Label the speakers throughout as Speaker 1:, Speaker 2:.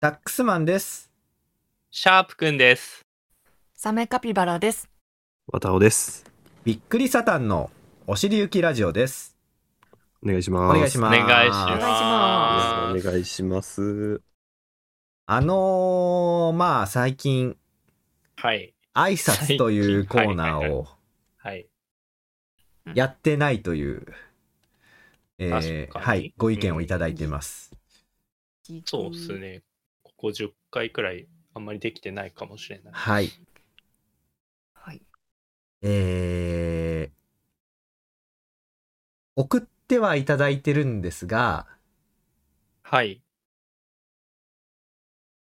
Speaker 1: ダックスマンです。
Speaker 2: シャープくんです。
Speaker 3: サメカピバラです。
Speaker 4: わたおです。
Speaker 1: びっくりサタンのお尻行きラジオです。
Speaker 4: お願いし
Speaker 1: お
Speaker 4: ます。
Speaker 1: 願いし
Speaker 2: お
Speaker 1: ます。
Speaker 2: 願いし
Speaker 3: お願いしま
Speaker 2: ま
Speaker 4: お
Speaker 2: す。
Speaker 4: 願いします。
Speaker 1: あのー、まあ最近、
Speaker 2: はい。
Speaker 1: 挨拶というコーナ
Speaker 2: 最
Speaker 1: ー
Speaker 2: 近
Speaker 1: を
Speaker 2: はい。
Speaker 1: やってないという、え
Speaker 2: 確
Speaker 1: ー、
Speaker 2: かに
Speaker 1: はい、ご意見をいただいてます。
Speaker 2: そうですね。ここ10回くらいあんまりできてないかもしれない。
Speaker 1: はい。
Speaker 3: はい。
Speaker 1: えー、送ってはいただいてるんですが、
Speaker 2: はい。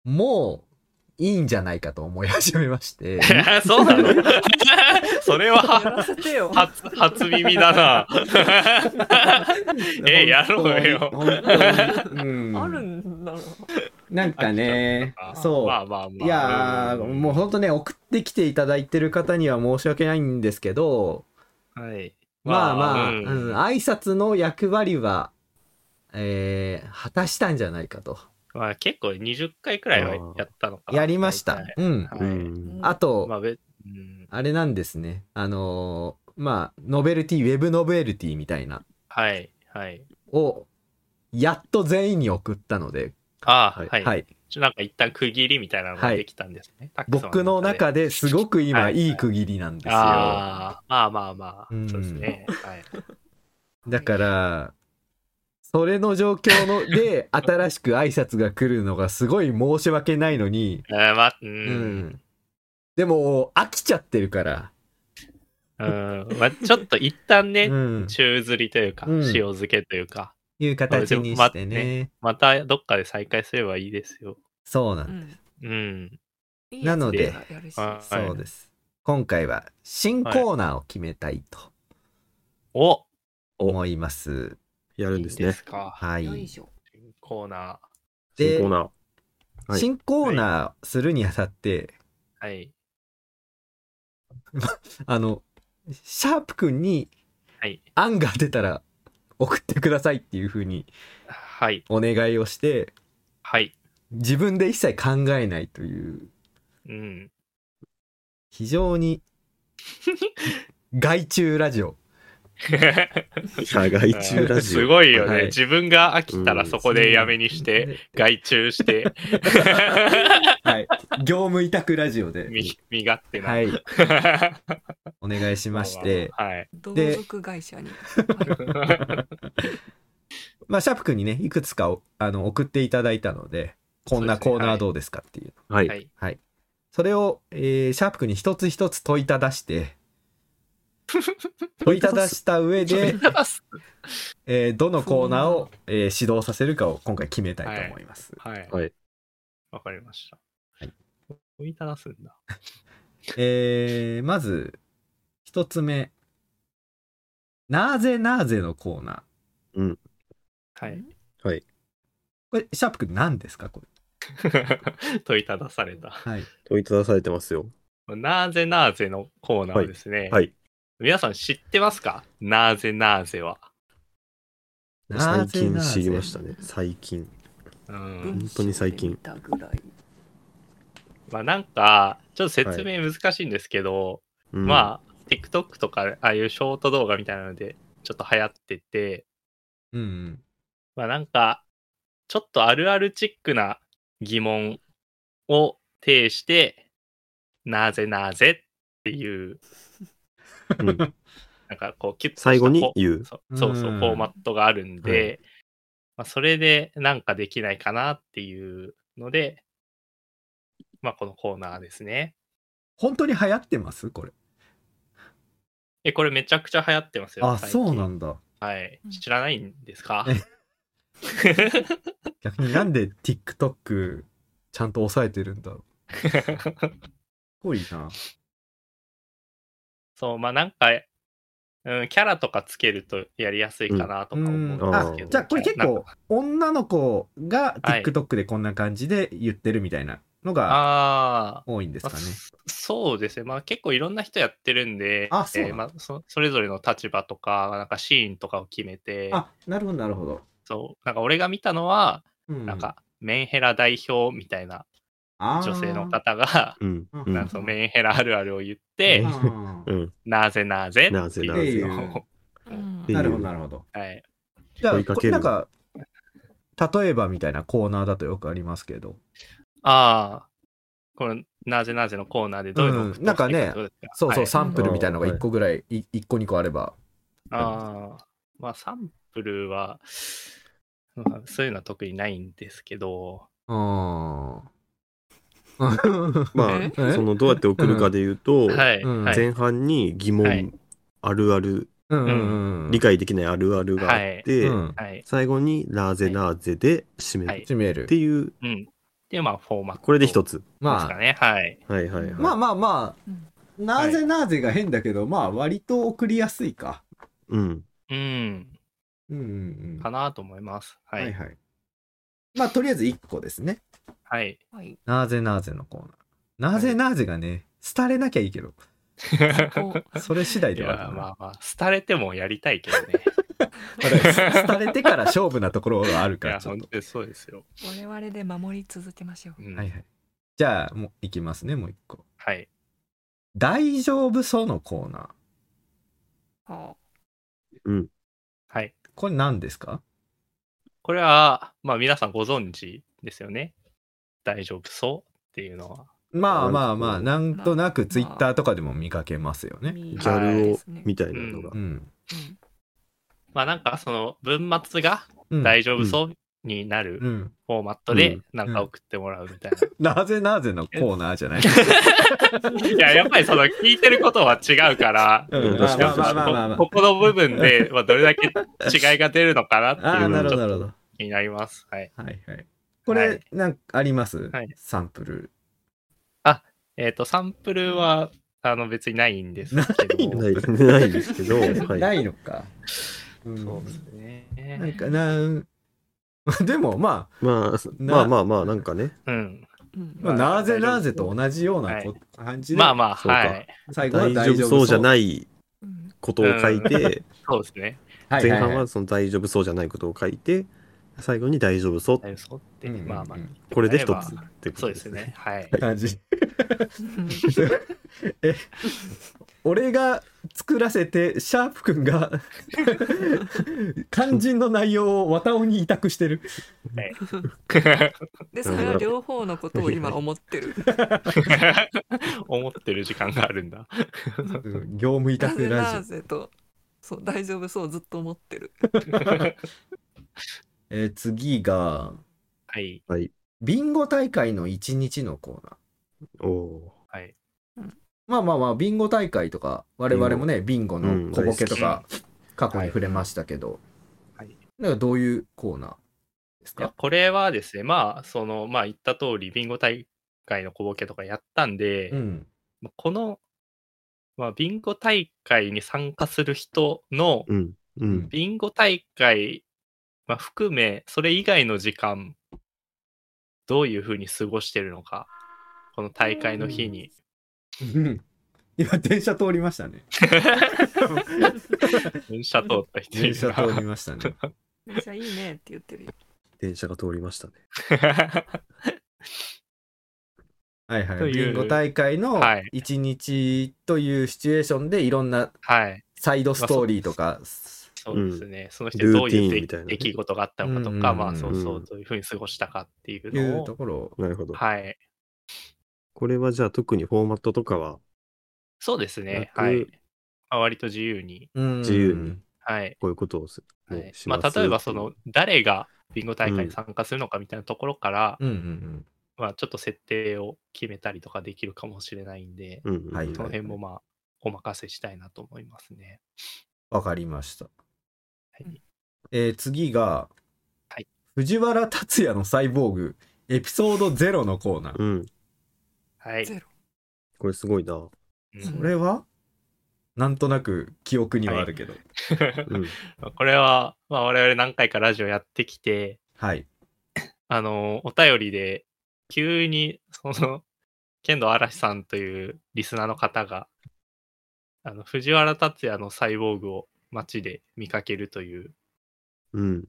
Speaker 1: もういいんじゃないかと思い始めまして。
Speaker 2: そうなの それ
Speaker 3: や
Speaker 2: は
Speaker 3: らせてよ。
Speaker 2: 初、初耳だな。 え、やろうよ。
Speaker 1: 本当にうん
Speaker 3: あるんだろう。
Speaker 1: なんかね
Speaker 2: あ、
Speaker 1: そう。
Speaker 2: まあまあまあ。
Speaker 1: いやー、もう本当ね、送ってきていただいてる方には申し訳ないんですけど、
Speaker 2: うん。はい。
Speaker 1: まあまあ、うん
Speaker 2: うん
Speaker 1: 挨拶の役割は、えー、果たしたんじゃないかと。
Speaker 2: まあ結構20回くらいはやったのかな。
Speaker 1: やりました
Speaker 2: はい。
Speaker 1: うん。
Speaker 2: は
Speaker 4: う
Speaker 2: い。
Speaker 4: ん。
Speaker 1: あと、
Speaker 2: まあ、べうん。
Speaker 1: あれなんですね。あのーまあ、ノベルティ、ウェブノベルティみたいな、
Speaker 2: はい。はい。
Speaker 1: を、やっと全員に送ったので、
Speaker 2: あ
Speaker 4: はい
Speaker 2: あ、はい
Speaker 1: は。い。
Speaker 2: ちょなんか一旦区切りみたいなのができたんですね。たくさん
Speaker 1: 僕の中ですごく今、
Speaker 2: はい
Speaker 1: いい区切りなんですよ。
Speaker 2: ああ、まあまあま
Speaker 1: うん
Speaker 2: あ、そうですね。はい。
Speaker 1: だから、それの状況の で、新しく挨拶が来るのがすごい申し訳ないのに、
Speaker 2: えーまあ、う。。
Speaker 1: うんでも、飽きちゃってるから。
Speaker 2: うんまあ、ちょっと一旦ね
Speaker 1: う、ん。
Speaker 2: 宙吊りというか、
Speaker 1: うん
Speaker 2: 塩漬けというか、
Speaker 1: いう形に
Speaker 2: まあ
Speaker 1: し
Speaker 2: で
Speaker 1: て
Speaker 2: も
Speaker 1: ね。
Speaker 2: またどっかで再開すればいいですよ。
Speaker 1: そうなん
Speaker 3: う
Speaker 1: で
Speaker 3: ん
Speaker 2: うん。
Speaker 3: いいやつ
Speaker 1: なので
Speaker 3: やるし
Speaker 2: あ
Speaker 1: す。
Speaker 2: はい
Speaker 1: そうです。今回は、新コーナーを決めたいと
Speaker 2: お
Speaker 1: 思います。
Speaker 4: やるんです
Speaker 2: いい
Speaker 4: ね。
Speaker 2: か。
Speaker 1: はい。
Speaker 3: よいしょ。
Speaker 2: コーナ
Speaker 1: で
Speaker 4: 新コーナはい
Speaker 1: 新コーナーするにあたって、
Speaker 2: ー。はい。
Speaker 1: あの、シャープくんに
Speaker 2: はい。
Speaker 1: 案が出たら送ってくださいっていうふうに
Speaker 2: はい。
Speaker 1: お願いをして、
Speaker 2: はい。
Speaker 1: 自分で一切考えないという、
Speaker 2: うん。
Speaker 1: 非常に、外注ラジオ。
Speaker 4: ー。外中ラジ
Speaker 2: す
Speaker 4: オ。
Speaker 2: ごいよ
Speaker 1: はい
Speaker 2: ね。自分が飽きたらそこでやめにして、
Speaker 1: で、
Speaker 2: 外注して、
Speaker 1: はい。業務委託ラジオで。
Speaker 2: み身勝手な。
Speaker 1: はい。お願いしまして。
Speaker 2: はい。
Speaker 3: 同
Speaker 1: で
Speaker 3: 族会社に。
Speaker 1: まあ、シャープくんにね、いくつかをあの送っていただいたので、こんなコーナーどうですかっていう。
Speaker 4: はい。
Speaker 2: は。
Speaker 4: はい
Speaker 1: それを、えーシャープくんに一つ一つ問いただ して、問いただした上 で、えーどのコーナーを、えー指導させるかを今回決めたいと思います。
Speaker 2: はい。
Speaker 4: はい
Speaker 2: わかりました。
Speaker 1: はい。
Speaker 2: 問いただすんだ。
Speaker 1: えー、まず、一つ目。なぜなぜのコーナー。
Speaker 2: はい。
Speaker 4: い。
Speaker 1: これ、シャープくん何ですかこれ。
Speaker 2: 問いただされた。
Speaker 1: はい。
Speaker 4: 問いただされてますよ。
Speaker 2: なぜなぜのコーナーですね。
Speaker 4: はい。
Speaker 2: 皆さん知ってますかなぜなぜは。
Speaker 4: 最近
Speaker 1: なぜ
Speaker 4: 知りましたね。最近。
Speaker 2: う
Speaker 3: 文
Speaker 2: ん。
Speaker 4: 本当に最近
Speaker 3: 章で見たぐらい
Speaker 2: まあなんか、ちょっと説明難しいんですけど、
Speaker 4: うん、
Speaker 2: まあ、TikTok とか、ああいうショート動画みたいなので、ちょっと流行ってて、
Speaker 1: うんうん。
Speaker 2: まあなんか、ちょっとあるあるチックな疑問を呈して、なぜなぜっていう、
Speaker 4: うん。
Speaker 2: なんかこう、キュッとした
Speaker 4: 最後に
Speaker 2: こ
Speaker 4: 言う。
Speaker 2: そうそうそう
Speaker 1: うん
Speaker 2: フォーマットがあるんで、まあ、それでなんかできないかなっていうので、まあこのコーナーですね。
Speaker 1: 本当に流行ってますこれ。
Speaker 2: え、これめちゃくちゃ流行ってますよ。
Speaker 1: あ、
Speaker 2: 最近
Speaker 1: そうなんだ。
Speaker 2: はい
Speaker 3: うん。
Speaker 2: 知らないんですか
Speaker 1: え 逆になんで TikTok ちゃんと抑えてるんだろう。すごいな。
Speaker 2: そう、まあなんか、うん、キャラとかつけるとやりやすいかなとか思うん
Speaker 1: うん
Speaker 2: です
Speaker 1: あ
Speaker 2: けど。
Speaker 1: じゃあこれ結
Speaker 2: なん
Speaker 1: 構
Speaker 2: か。
Speaker 1: 女の子が
Speaker 2: はい
Speaker 1: TikTok でこんな感じで言ってるみたいなのが
Speaker 2: ああ、
Speaker 1: 多いんです
Speaker 2: まあ
Speaker 1: かね。
Speaker 2: そそうですね。まあ結構いろんな人やってるんで、
Speaker 1: あそうな
Speaker 2: えー
Speaker 1: んだ
Speaker 2: まあそそれぞれの立場とか、なんかシーンとかを決めて、
Speaker 1: あ、なるほどなるほど。
Speaker 2: そう、なんか俺が見たのは、
Speaker 1: な
Speaker 2: なん、か、メンヘラ代表みたいな
Speaker 1: あー
Speaker 2: 女性の方が、
Speaker 4: うん。う
Speaker 2: なん
Speaker 4: ん
Speaker 2: かそのメンヘラあるあるを言って、
Speaker 4: うん
Speaker 1: あー
Speaker 4: うん。
Speaker 2: なぜなぜ
Speaker 4: なぜな
Speaker 2: って
Speaker 4: ぜ
Speaker 2: いうのを
Speaker 3: うん
Speaker 4: で
Speaker 1: なるほどなるほど
Speaker 2: はい。
Speaker 1: じゃ
Speaker 4: 追
Speaker 1: あ
Speaker 4: いか
Speaker 1: こ
Speaker 4: ける
Speaker 1: なんか例えばみたいなコーナーだとよくありますけど
Speaker 2: ああ、このなぜなぜのコーナーでどういうのを送ってほしい
Speaker 1: うんなんかね
Speaker 2: ってことですか
Speaker 1: そうそう、
Speaker 2: はい
Speaker 1: サンプルみたいなのが1個ぐらいい1個2個あれば
Speaker 2: ああ、まあサンプルは、まあそういうのは特にないんですけど、
Speaker 1: うん
Speaker 4: ま
Speaker 3: え
Speaker 4: あ、そのどうやって送るかで言うと、
Speaker 2: はい、
Speaker 1: うん
Speaker 2: はい、
Speaker 4: 前半に疑
Speaker 2: はい
Speaker 4: 問、あるある、
Speaker 1: うんうんうん
Speaker 4: 理解できないあるあるがあって、
Speaker 1: うん
Speaker 2: はい、
Speaker 4: 最後になぜなぜで締
Speaker 2: は
Speaker 4: め
Speaker 2: い
Speaker 4: る
Speaker 1: 閉める
Speaker 4: っていう、
Speaker 2: うん。っていう、まあ、フォーマット。
Speaker 4: これで一
Speaker 2: つ。
Speaker 4: つ。
Speaker 2: で
Speaker 1: ますあ
Speaker 2: かね、はい。
Speaker 4: はいはいはい。
Speaker 1: まあまあまあ、な
Speaker 2: は
Speaker 1: ぜなぜが変だけど、まあ割と送りやすいか。
Speaker 4: うん。
Speaker 1: う
Speaker 2: うん。
Speaker 1: んうんうん。
Speaker 2: かなと思います。は
Speaker 1: はい
Speaker 2: い。
Speaker 1: はい。まあとりあえず1個ですね。
Speaker 2: はい。
Speaker 3: はい。
Speaker 1: なぜなぜのコーナー。なぜなぜがね、廃れなきゃいいけど、
Speaker 3: お
Speaker 1: それ次第
Speaker 2: い
Speaker 1: で
Speaker 2: や、
Speaker 1: はある
Speaker 2: まあまあ、廃れてもやりたいけど ね。
Speaker 1: な。廃れてから勝負なところがある
Speaker 2: い
Speaker 1: か
Speaker 2: や、
Speaker 1: ら、ちょっ
Speaker 2: 本
Speaker 1: と。
Speaker 2: 当にそうですよ。
Speaker 3: 我々で守り続けましょう
Speaker 2: う。ん
Speaker 1: はいはい。じゃあ、もういきますね、もう1個。
Speaker 2: はい。
Speaker 1: 大丈夫そうのコーナー。
Speaker 3: は
Speaker 2: はい。
Speaker 1: これ何ですか
Speaker 2: これは、まあ、皆さんご存知ですよね。大丈夫そうっていうのは。
Speaker 1: まあまあまあ、なんとなく
Speaker 3: まあ
Speaker 1: ツイッターとかでも見かけますよ
Speaker 3: あ
Speaker 1: ね。
Speaker 3: 見
Speaker 4: ギ
Speaker 3: え
Speaker 4: ャ
Speaker 3: ない
Speaker 4: ル
Speaker 3: で
Speaker 4: を
Speaker 3: すね
Speaker 4: みたいなのが
Speaker 1: う。ん。
Speaker 3: うん
Speaker 2: まあ、なんか、その、文末が
Speaker 1: うん
Speaker 2: 大丈夫そうにな
Speaker 1: う
Speaker 2: る
Speaker 1: ん。
Speaker 2: フォーマット
Speaker 4: う
Speaker 2: で
Speaker 4: ん、
Speaker 2: なんか送ってもらうみたい
Speaker 1: なぜなぜのコーナーじゃない
Speaker 2: な。いや、やっぱりその、聞いてることは違うから、
Speaker 4: うん確かに
Speaker 1: まあまあまあまあ
Speaker 2: ここの部分で、まあ、どれだけ違いが出るのかなって
Speaker 1: ああ
Speaker 2: い
Speaker 1: ー、
Speaker 2: う
Speaker 1: な
Speaker 2: の
Speaker 1: るほ
Speaker 2: がち
Speaker 1: ど、な
Speaker 2: ょっ
Speaker 1: るほ
Speaker 2: と
Speaker 1: ど。
Speaker 2: 気になります。はい。
Speaker 1: はいはい。これ、
Speaker 2: はい
Speaker 1: なんかあります、
Speaker 2: はい
Speaker 1: サンプル。
Speaker 2: えっ、と、サンプルは、あの、別にないんですけど。
Speaker 4: ない、ないんで すけど、はい。
Speaker 1: ないのか。うん
Speaker 2: そうですね。
Speaker 1: なんかなん、 でもまあ、
Speaker 4: まあ、
Speaker 1: な
Speaker 4: まあまあまあ、なんかね、
Speaker 2: うん。
Speaker 3: うん
Speaker 1: まあ
Speaker 2: まあ
Speaker 1: なぜなぜと同じようなこ、
Speaker 2: は
Speaker 1: 感じで、
Speaker 2: まあまあ、
Speaker 4: そうか
Speaker 2: はい。
Speaker 1: 最後は
Speaker 4: 大
Speaker 1: 大丈
Speaker 4: 丈
Speaker 1: 夫
Speaker 4: 夫そうじゃない
Speaker 3: うん
Speaker 4: ことを書いて、
Speaker 2: そうですね。
Speaker 1: はい
Speaker 4: 前
Speaker 1: はいはい
Speaker 4: 半はその大丈夫そうじゃないことを書いて、最後に大丈夫そう、
Speaker 2: 大丈夫そうって、
Speaker 1: うん
Speaker 2: まあまあ、
Speaker 4: これで一つ
Speaker 2: なれば
Speaker 4: ってこ
Speaker 2: そ
Speaker 4: と
Speaker 2: うです。ね。はい。
Speaker 1: 感じ。
Speaker 3: うん
Speaker 1: 俺が作らせて、シャープくんが肝心の内容を綿尾に委託してる。
Speaker 3: で、それは両方のことを今思ってる。
Speaker 2: 思ってる時間があるん だ。
Speaker 1: うん業務委
Speaker 3: な
Speaker 1: 託
Speaker 3: ぜ
Speaker 1: ラジ
Speaker 3: な
Speaker 1: オ。
Speaker 3: ぜと、そう、大丈夫そう、ずっと思ってる。
Speaker 1: えー次が、
Speaker 2: はい。
Speaker 1: ビンゴ大会の一日のコーナー。
Speaker 4: おお
Speaker 2: はい。
Speaker 1: まあまあまあ、ビンゴ大会とか、我々もね、ビンゴの小ボケとか、過去に触れましたけど、
Speaker 2: はいはい
Speaker 1: なんかどういうコーナーです
Speaker 2: いや
Speaker 1: か
Speaker 2: これはですね、まあ、その、まあ、言った通り、ビンゴ大会の小ボケとかやったんで、
Speaker 1: うん。
Speaker 2: この、まあ、ビンゴ大会に参加する人の、
Speaker 4: ー。うん。うん。
Speaker 2: ビンゴ大会、まあ、含め、それ以外の時間、どういうふうに過ごしてるのか、この大会の日に。
Speaker 1: 今、電車通りましたね。
Speaker 2: 電車通った人い
Speaker 1: 電
Speaker 2: る
Speaker 1: 車
Speaker 2: な
Speaker 1: 通りましたね。
Speaker 3: じゃあいいねって言ってるよ。
Speaker 4: 電車が通りましたね。
Speaker 1: はいは
Speaker 2: と
Speaker 1: い。
Speaker 2: いう
Speaker 1: ビンゴ大会の
Speaker 2: はい
Speaker 1: 一日というシチュエーションで、いろんな
Speaker 2: はい。
Speaker 1: サイドストーリーとか、
Speaker 2: そうですね。その人どう
Speaker 4: ルーティーン
Speaker 2: いう
Speaker 4: み
Speaker 2: 出
Speaker 4: たいなね
Speaker 2: 出来事があったのかと
Speaker 1: うんうんう
Speaker 2: か、
Speaker 1: ん
Speaker 2: まあ、そうそうう、
Speaker 4: ん
Speaker 2: どういうふうに過ごしたかっていう
Speaker 1: い
Speaker 2: の
Speaker 1: うと
Speaker 2: を。
Speaker 1: ころを。
Speaker 4: なるほど。
Speaker 2: はい。
Speaker 4: これはじゃあ特にフォーマットとかは、
Speaker 2: そうですね。
Speaker 4: 楽
Speaker 2: はい。まあ割と自由に。
Speaker 1: うん
Speaker 4: 自由に。
Speaker 2: はい。
Speaker 4: こういうことをす
Speaker 2: は
Speaker 4: ね
Speaker 2: い
Speaker 4: し
Speaker 2: ま
Speaker 4: ます
Speaker 2: あ、例えば、その、誰がビンゴ大会に参加するのかみたいなところから、
Speaker 1: うんうん
Speaker 2: まあ、ちょっと設定を決めたりとかできるかもしれないんで、
Speaker 4: うんうん
Speaker 1: はい
Speaker 2: その辺もまあ、お任せしたいなと思いますね。
Speaker 1: うん。わかりました。
Speaker 2: はい
Speaker 1: えー次が、
Speaker 2: はい
Speaker 1: 藤原竜也のサイボーグ、エピソード0のコーナー。
Speaker 4: うん。
Speaker 2: はい。
Speaker 3: ゼロ。
Speaker 4: これすごいな。
Speaker 2: うん
Speaker 1: こ れはなんとなく記憶にはあるけど。
Speaker 4: うん。
Speaker 2: まあこれは、まあ、我々何回かラジオやってきて、
Speaker 1: はい。
Speaker 2: あのお便りで、急に、その、剣道嵐さんというリスナーの方が、あの、藤原竜也のサイボーグを街で見かけるという、
Speaker 4: うん。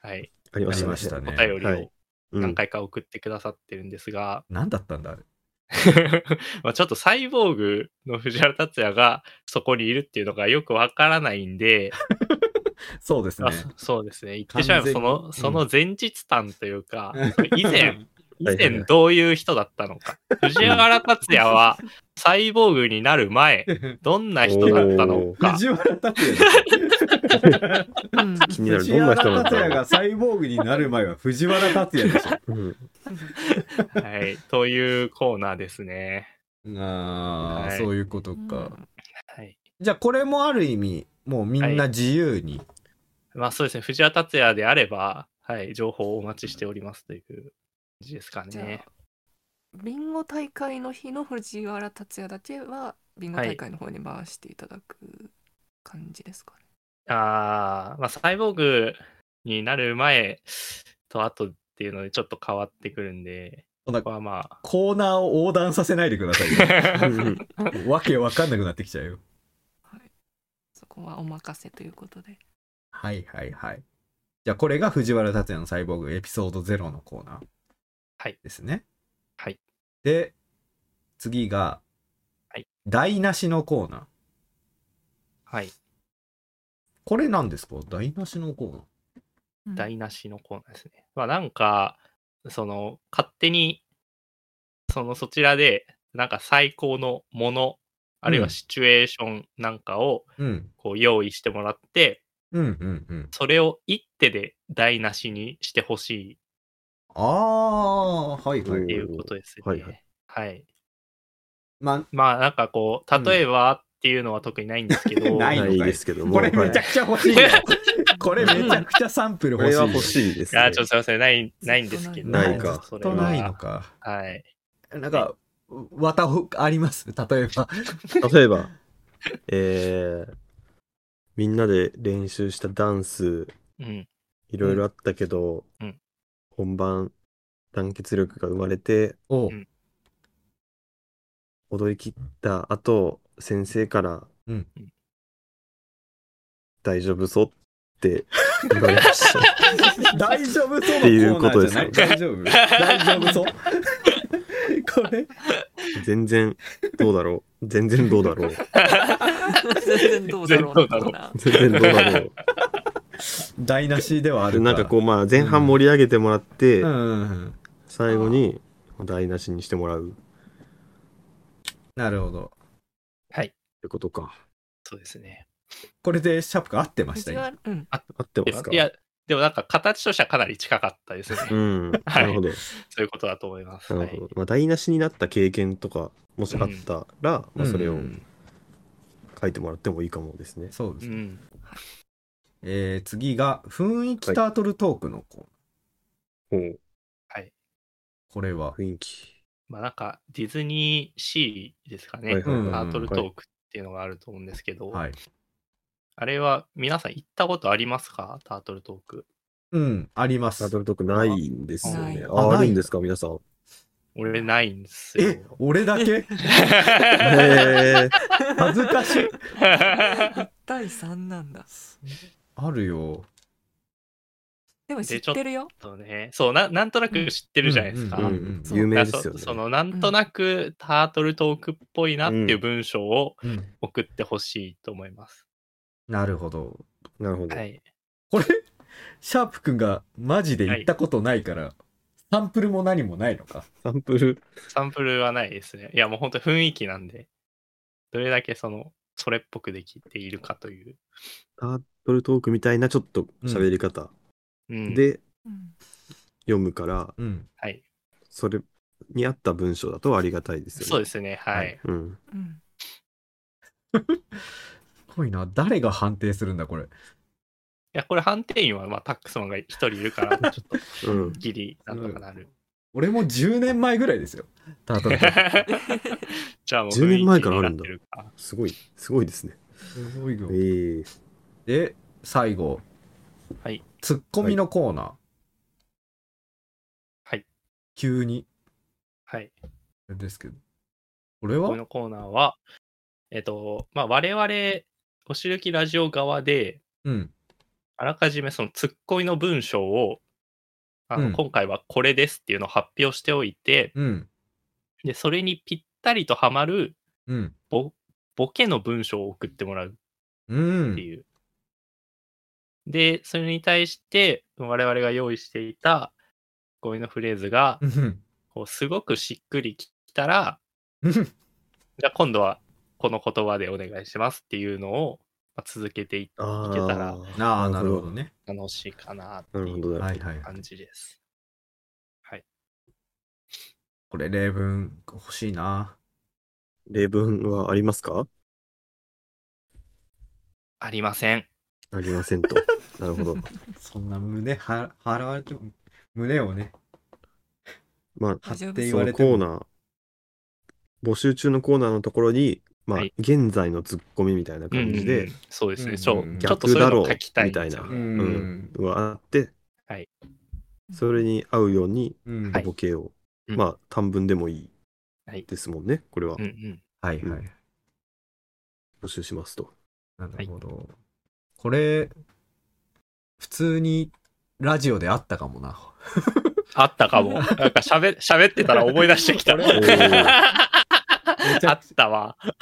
Speaker 2: はい、
Speaker 4: あり
Speaker 1: あ
Speaker 4: まし
Speaker 1: り
Speaker 4: たね。
Speaker 1: ました
Speaker 2: お
Speaker 1: ね。
Speaker 2: 便り
Speaker 4: は
Speaker 2: を
Speaker 4: いうん
Speaker 2: 何回か送ってくださってるんですが、
Speaker 1: 何だったんだあれ。
Speaker 2: まあちょっとサイボーグの藤原竜也がそこにいるっていうのがよくわからないんで、
Speaker 1: そうですね
Speaker 2: あ。そそうですね。言ってしまえばそ
Speaker 1: 完
Speaker 2: の、
Speaker 1: 全
Speaker 2: そ
Speaker 1: に
Speaker 2: の前日譚というか、以前、以
Speaker 4: はいはい
Speaker 2: 前どういう人だったのか。藤原竜也はサイボーグになる前、どんな人だったのか。
Speaker 1: 藤原竜也です。
Speaker 3: うん
Speaker 4: 気になる。
Speaker 1: 藤
Speaker 4: どんな人な
Speaker 1: 原
Speaker 4: んだ
Speaker 1: 竜也
Speaker 4: ろ
Speaker 1: がサイボーグになる前は藤原竜也でし ょ。
Speaker 4: う。うん
Speaker 2: はい。というコーナーですね。
Speaker 1: ああ、
Speaker 2: はい
Speaker 1: そういうことか。
Speaker 2: はい。
Speaker 1: じゃあこれもある意味、もうみんな自由に。
Speaker 2: まあそうですね。藤原竜也であれば、はい、情報をお待ちしておりますという感じですか
Speaker 3: じゃ
Speaker 2: ね。
Speaker 3: あビンゴ大会の日の藤原達也だけはビンゴ大会の方に回していただく感じですかね。
Speaker 2: あー、まあサイボーグになる前と後っていうのでちょっと変わってくるんで、
Speaker 1: そう
Speaker 2: こ
Speaker 1: だ
Speaker 2: こはまあ。
Speaker 1: コーナーを横断させないでください よ。
Speaker 4: うん
Speaker 1: わけわかんなくなってきちゃうよ。
Speaker 3: そこはお任せということで。
Speaker 1: はいはいはい。じゃあこれが藤原竜也のサイボーグエピソード0のコーナー。
Speaker 2: はい
Speaker 1: ですね。
Speaker 2: はい。
Speaker 1: で、次が、
Speaker 2: はい
Speaker 1: 台無しのコーナー。
Speaker 2: はい。
Speaker 1: これなんですか台無しのコーナー。
Speaker 2: 台無しのコーナーですね。まあなんか、その、勝手に、そのそちらで、なんか最高のもの、あるいうは
Speaker 1: ん
Speaker 2: シチュエーションなんかを
Speaker 1: うん。
Speaker 2: こう用意してもらって、
Speaker 1: うんうんうん。
Speaker 2: それを一手で台無しにしてほしい
Speaker 1: ああ、はいは
Speaker 4: う
Speaker 1: い
Speaker 2: って
Speaker 4: ん。
Speaker 2: いうことですね。
Speaker 4: はいはい
Speaker 2: はい
Speaker 1: ま
Speaker 2: まあなんかこ
Speaker 1: うん
Speaker 2: う、例えばっていうのは特にないんですけど、
Speaker 1: な
Speaker 4: ない
Speaker 1: のかい
Speaker 4: いですけど
Speaker 1: あ、
Speaker 4: も。
Speaker 1: これめちゃ
Speaker 4: はい
Speaker 1: くちゃ 欲しいよ。これめちゃくちゃサンプル
Speaker 4: こ
Speaker 1: 欲し
Speaker 4: れ
Speaker 1: いよ。
Speaker 4: は欲しいです
Speaker 2: い
Speaker 4: ね。
Speaker 2: や、ちょっとすいません、ない、ないんですけど。
Speaker 4: ないか
Speaker 2: それ
Speaker 1: と
Speaker 2: は
Speaker 1: ないのか。
Speaker 2: はい。
Speaker 1: なんか、わたほ、あります 例えば。
Speaker 4: 例えば、えー、みんなで練習したダンス、
Speaker 2: うん。
Speaker 4: いろいろあったけど、
Speaker 2: うん
Speaker 4: 本番、団結力が生まれて、
Speaker 1: おう
Speaker 2: うん
Speaker 4: 踊り切った後、先生から、
Speaker 1: うん
Speaker 4: 大丈夫そうって 言われました。
Speaker 1: 大丈夫そうのコーナーじゃない
Speaker 4: っていうことですよ
Speaker 1: 大丈夫大丈 夫そうこれ
Speaker 4: 全然どうだろう。全然どうだろう。
Speaker 3: 全然どうだろうな
Speaker 2: 全然どう
Speaker 3: な。
Speaker 4: 全然どう だろ
Speaker 1: 台無しではあ
Speaker 4: う。
Speaker 1: る
Speaker 4: なんかこう、まあ前半盛り上げてもらって、
Speaker 1: ううんうんうん
Speaker 4: 最後に台無しにしてもらうっ
Speaker 1: なるほど
Speaker 4: てことか。
Speaker 2: そうですね。
Speaker 1: これでシャープが合ってました
Speaker 3: 藤
Speaker 1: 今
Speaker 3: 原、うん、
Speaker 4: 合ってま
Speaker 2: です
Speaker 4: か
Speaker 2: いや、でもなんか形としてはかなり近かったですね。
Speaker 4: うん。
Speaker 2: は
Speaker 4: ないるほど。
Speaker 2: そういうことだと思います。
Speaker 4: な
Speaker 2: は
Speaker 4: るほ
Speaker 2: い
Speaker 4: ど。まあ、台無しになった経験とか、もしあったら、まあ、それ
Speaker 1: う
Speaker 4: を
Speaker 1: ん
Speaker 4: 書いてもらってもいいかもですね。
Speaker 1: そうで
Speaker 2: う
Speaker 1: すね、
Speaker 2: ん。
Speaker 1: えー、次が雰囲気タートルトークのコーナー、
Speaker 2: はい。
Speaker 1: これは
Speaker 4: 雰囲気。
Speaker 2: まあなんか、ディズニーシーですかね。
Speaker 4: はいはい
Speaker 1: はい
Speaker 2: タートルトークっていうのがあると思うんですけど、
Speaker 1: はい
Speaker 2: あれは皆さん行ったことありますかタートルトーク。
Speaker 1: うんありま
Speaker 4: タ
Speaker 1: す
Speaker 4: ートルトークないんですよね。
Speaker 3: あ
Speaker 1: あ
Speaker 4: ああ
Speaker 1: ない
Speaker 4: るんですか、皆さん。
Speaker 2: 俺ないんです
Speaker 1: え
Speaker 2: よ。
Speaker 1: 俺だけ
Speaker 4: へえ。
Speaker 1: 恥ずかしい
Speaker 3: 1対3なんだ。
Speaker 1: あるよ
Speaker 3: でも知ってるよ。
Speaker 2: そうね。そうな、なんとなく知ってるじゃないですか。
Speaker 1: うんうんうん
Speaker 4: うん有名ですよ
Speaker 2: そ
Speaker 4: ね。
Speaker 2: そのなんとなくタートルトークっぽいなっていう文章を
Speaker 1: うん
Speaker 2: 送ってほしいと思います。
Speaker 1: なるほど
Speaker 4: なるほど
Speaker 2: は。い。
Speaker 1: これシャープくんがマジで言ったことないから、サンプルも何もないのか
Speaker 4: サンプル。
Speaker 2: サンプルはないですね。いや、もう本当雰囲気なんで、どれだけその、それっぽくできているかという。
Speaker 4: タートルトークみたいなちょっと喋り方
Speaker 2: うん、、
Speaker 4: で
Speaker 3: うん
Speaker 4: 読むから、
Speaker 1: うん
Speaker 2: はい。
Speaker 4: それに合った文章だとありがたいですよね。
Speaker 2: そう
Speaker 4: う
Speaker 2: ですね。はい。
Speaker 1: はい
Speaker 4: うん。
Speaker 3: うん
Speaker 1: すごいな。誰が判定するんだ、これ。
Speaker 2: いや、これ判定員は、まあ、タックスマンが一人いるから、ちょっと
Speaker 4: うん。
Speaker 2: ギリなんとかなる。
Speaker 1: 俺も10年前ぐらいですよ。タートル
Speaker 2: じゃあもう、
Speaker 4: 10年前からあるんだ
Speaker 2: 雰囲気になってるか
Speaker 4: すごい、すごいですね。
Speaker 1: すごいよ
Speaker 4: ええ。
Speaker 1: で、最後。
Speaker 2: はい。
Speaker 1: ツッコミのコーナー。
Speaker 2: はい。
Speaker 1: 急に。
Speaker 2: はい。
Speaker 1: ですけど。これ
Speaker 2: こ
Speaker 1: は
Speaker 2: のコーナーは、えっと、まあ、我々、おしるきラジオ側で、
Speaker 1: うん。
Speaker 2: あらかじめそのツッコミの文章をあ
Speaker 1: う
Speaker 2: の、
Speaker 1: ん
Speaker 2: 今回はこれですっていうのを発表しておいて、
Speaker 1: うん。
Speaker 2: で、それにぴったりとはまる
Speaker 1: うん。
Speaker 2: ボボケの文章を送ってもらう
Speaker 1: う
Speaker 2: って
Speaker 1: ん。
Speaker 2: いう。で、それに対して、我々が用意していたゴミのフレーズが、
Speaker 1: うん。
Speaker 2: こうすごくしっくりきたら、
Speaker 1: うん
Speaker 2: じゃあ今度はこの言葉でお願いしますっていうのをまあ続けてい
Speaker 4: あ
Speaker 2: いけたら
Speaker 4: ー
Speaker 1: ああ、なるほどね。
Speaker 2: 楽しいかなって
Speaker 4: なる
Speaker 2: い
Speaker 4: ほ
Speaker 2: う
Speaker 4: ど。
Speaker 1: はいはい。
Speaker 2: 感じです。
Speaker 1: これ例文欲しいな。
Speaker 4: 例文はありますか
Speaker 2: ありません。
Speaker 4: ありませ んと。なるほど。
Speaker 1: そんな胸は、払われても、胸をね、
Speaker 4: まあ、
Speaker 1: 張って
Speaker 4: そ
Speaker 1: 言わ
Speaker 4: の
Speaker 1: れ
Speaker 4: コ
Speaker 1: て
Speaker 4: ー
Speaker 1: も。
Speaker 4: ナー、募集中のコーナーのところに、まあ
Speaker 2: はい、
Speaker 4: 現在のツッコミみたいな感じ
Speaker 2: うんう
Speaker 4: で
Speaker 2: ん、そうですね。
Speaker 1: うん
Speaker 2: そう
Speaker 1: うん
Speaker 2: ちょっとそういうのを書きたい
Speaker 4: 逆だろうみた
Speaker 1: う
Speaker 2: う
Speaker 4: いな
Speaker 2: ん
Speaker 1: ん。
Speaker 4: はあって、それに合うように
Speaker 1: うん。
Speaker 4: ボケを、
Speaker 2: うん
Speaker 4: まあ、短文でもい
Speaker 2: はいい
Speaker 4: ですもんね。これは
Speaker 2: うんうん。
Speaker 1: はいはい。
Speaker 4: 募集します と。
Speaker 1: なるほど。これ、普通にラジオであったかもな。
Speaker 2: あったかも。なんか喋喋ってたら思い出してきた。
Speaker 1: これ ちゃ
Speaker 2: あったわ。
Speaker 1: あ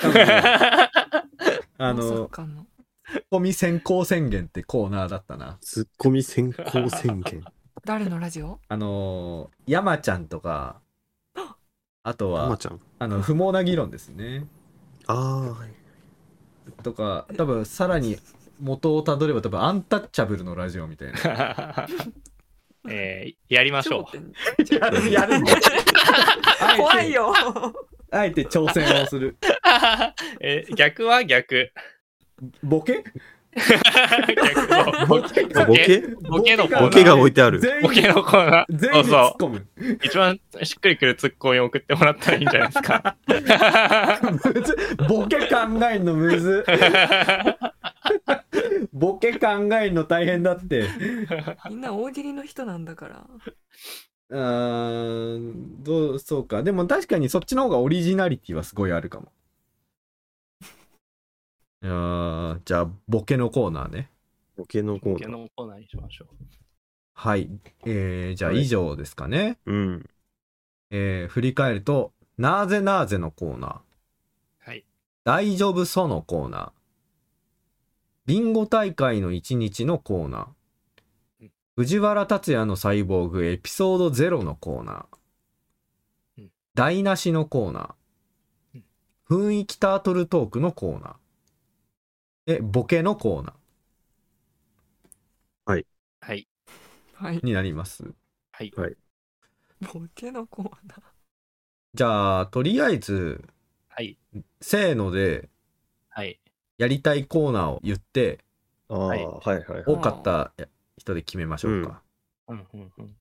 Speaker 3: まさ
Speaker 1: の、
Speaker 3: かの
Speaker 1: コミ先行宣言ってコーナーだったな。
Speaker 4: ツッコミ先行宣 言。
Speaker 3: 誰のラジオ
Speaker 1: あのー、山ちゃんとか、あと
Speaker 4: たま
Speaker 1: は、
Speaker 4: ちゃん。
Speaker 1: あの、不毛な議論ですね。
Speaker 4: ああ、はい
Speaker 1: とか、多分さらに元をたどれば、多分アンタッチャブルのラジオみ たいな。
Speaker 2: えーやりましょう
Speaker 3: 頂。点
Speaker 1: やる、やる。
Speaker 3: 怖いよ
Speaker 1: あえて挑戦をする。
Speaker 2: えー逆は 逆。
Speaker 1: ボケ
Speaker 2: 逆
Speaker 1: ボケ
Speaker 4: あ。ボケ
Speaker 2: ボケのコーナー
Speaker 4: ボケが置いてある。
Speaker 1: 全
Speaker 2: ボケ
Speaker 1: 員、
Speaker 2: のコーナー。
Speaker 1: 全
Speaker 2: そ
Speaker 1: 員
Speaker 2: う
Speaker 1: で
Speaker 2: そ
Speaker 1: 突っ込む。
Speaker 2: う。一番しっくりくるツッコミを送ってもらったらいいんじゃないですか。
Speaker 1: むずボケ考えんのむず。 ボケ考えんの大変だって。
Speaker 3: みんな大喜利の人なんだから
Speaker 1: うーん、どう、そうか。でも確かにそっちの方がオリジナリティはすごいあるかも。いやーじゃあ、ボケのコーナーね。
Speaker 4: ボケのコ
Speaker 2: ボケ
Speaker 4: ーナー。
Speaker 2: のコーナーにしましょ
Speaker 1: はい。えー、じゃあ
Speaker 4: はい
Speaker 1: 以上ですかね。
Speaker 4: うん。
Speaker 1: えー振り返ると、なーぜなーぜのコーナー。
Speaker 2: う。はい。
Speaker 1: 大丈夫そのコーナー。ビンゴ大会の一日のコーナ
Speaker 2: う
Speaker 1: ー
Speaker 2: ん。
Speaker 1: 藤原達也のサイボーグエピソード0のコーナ
Speaker 2: う
Speaker 1: ー
Speaker 2: ん。
Speaker 1: 台無しのコーナ
Speaker 2: う
Speaker 1: ー
Speaker 2: ん。
Speaker 1: 雰囲気タートルトークのコーナー。え、ボケのコーナ
Speaker 2: はい。
Speaker 3: はい
Speaker 1: ーになります。
Speaker 2: はい。
Speaker 3: ボケのコーナー
Speaker 1: じゃあ、とりあえず、
Speaker 2: はい。
Speaker 1: せーので、
Speaker 2: はい。
Speaker 1: やりたいコーナーを言って、
Speaker 4: ああ、は
Speaker 2: はいい
Speaker 4: はいはい。
Speaker 1: 多かった人で決めましょうか。
Speaker 2: うんうんうん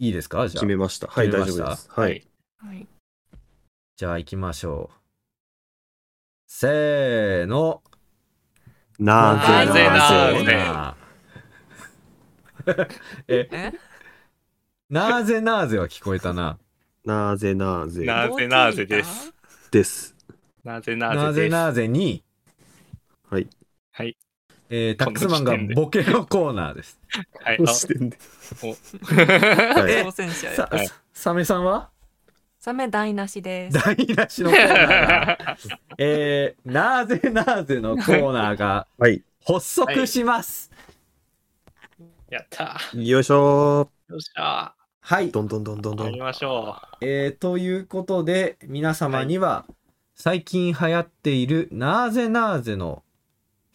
Speaker 1: いいですかじゃあ
Speaker 4: 決。めました。はい、
Speaker 1: 決めま
Speaker 4: 大丈
Speaker 1: した
Speaker 4: 夫です。はい。。
Speaker 3: はい
Speaker 1: じゃあ行きましょう。せーの。
Speaker 4: なぜな
Speaker 2: な
Speaker 4: ぜ
Speaker 2: ぜ
Speaker 3: え
Speaker 1: なぜなぜは聞こえたな。
Speaker 4: なぜなぜ
Speaker 2: なぜなぜです
Speaker 4: です。
Speaker 2: なぜな
Speaker 1: なぜ
Speaker 2: ぜです。
Speaker 1: なぜに、
Speaker 4: はい。
Speaker 2: はい。
Speaker 1: えータックスマンがボケのコーナーです。
Speaker 2: はい。
Speaker 4: どう
Speaker 2: あ
Speaker 4: してんで
Speaker 3: ボ
Speaker 4: は
Speaker 3: ケ
Speaker 4: い
Speaker 3: 挑戦者よ
Speaker 1: さ
Speaker 2: はい、
Speaker 1: サメさんは
Speaker 3: サメ台無しです
Speaker 1: 台無しのコーナーが。えー、なぜなぜのコーナーが
Speaker 4: はい。
Speaker 1: 発足します。
Speaker 2: やった
Speaker 4: よいしょ
Speaker 2: ー。よっしゃ
Speaker 1: はい。
Speaker 4: ー。どんどんどんどん
Speaker 2: ー。
Speaker 4: ど
Speaker 2: や
Speaker 4: ん
Speaker 2: り。ましょ
Speaker 1: えーということで皆様には最近流行っている「なぜなぜ」の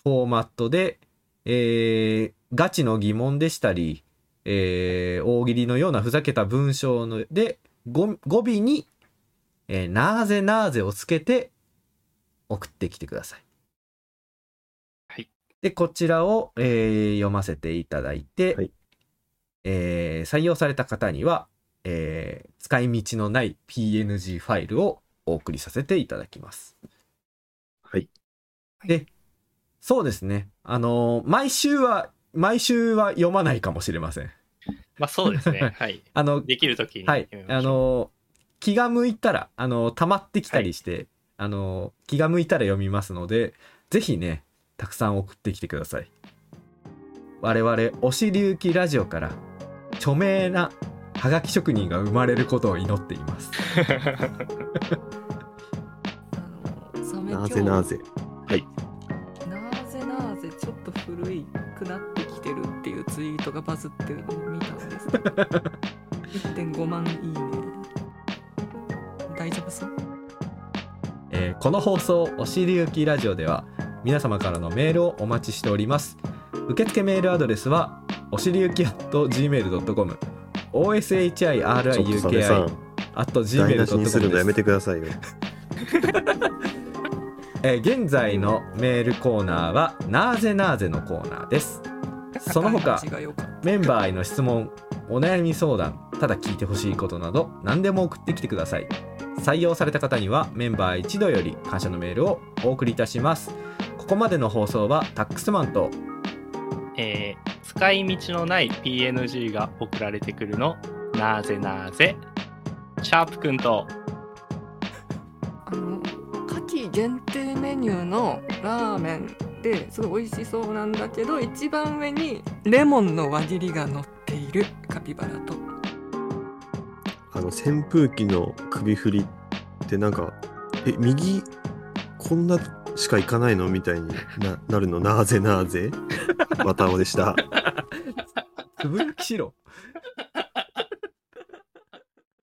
Speaker 1: フォーマットで、えーガチの疑問でしたり、えー大喜利のようなふざけた文章のでご語尾に、えーなぜなぜ」をつけて送ってきてください。
Speaker 2: はい、
Speaker 1: でこちらを、えー読ませていただいて、
Speaker 4: はい
Speaker 1: えー採用された方には「えー使い道のない PNG ファイルをお送りさせていただきます。
Speaker 4: はい。
Speaker 1: で、そうですね。あのー毎週は、毎週は読まないかもしれません。
Speaker 2: う。まあそうで すね。はい。
Speaker 1: あの、
Speaker 2: できるときに
Speaker 1: はい
Speaker 2: 決め。ま
Speaker 1: あ
Speaker 2: しょ
Speaker 1: のー気が向いたら、あのー溜まってきたりして、あのー気が向いたら読みますので、ぜひね、たくさん送ってきてください。我々推し隆起ラジオから著名なハガキ職人が生まれることを祈っています
Speaker 3: あのサメ
Speaker 4: なぜな
Speaker 3: ぜ
Speaker 4: ぜ。
Speaker 3: なぜなぜちょっと古いくなってきてるっていうツイートがバズってるのを見たんです1.5万いいね大丈夫そう
Speaker 1: えーこの放送「おしりゆきラジオ」では皆様からのメールをお待ちしております受付メールアドレスはおしりゆき .gmail.com
Speaker 4: ちょっとサメ
Speaker 1: oshiriuki
Speaker 4: さん、台無し
Speaker 1: .gmail.com
Speaker 4: に
Speaker 1: です
Speaker 4: るのやめてくださいよ。
Speaker 1: えー現在のメールコーナーは「なーぜなーぜ」のコーナーですその他
Speaker 3: 高い価値が良かった
Speaker 1: メンバーへの質問お悩み相談ただ聞いてほしいことなど何でも送ってきてください採用された方にはメンバー一度より感謝のメールをお送りいたしますここまでの放送はタックスマンと
Speaker 2: えー使い道のない PNG が送られてくるの、なぜなぜ。シャープくんと、
Speaker 3: あの夏季限定メニューのラーメンですごい美味しそうなんだけど一番上にレモンの輪切りが乗っているカピバラと
Speaker 4: あの、扇風機の首振りってなんか、え、右、こんなしか行かないのみたいにななるのなぜなぜ。わたおでした。
Speaker 1: つぶやきしろ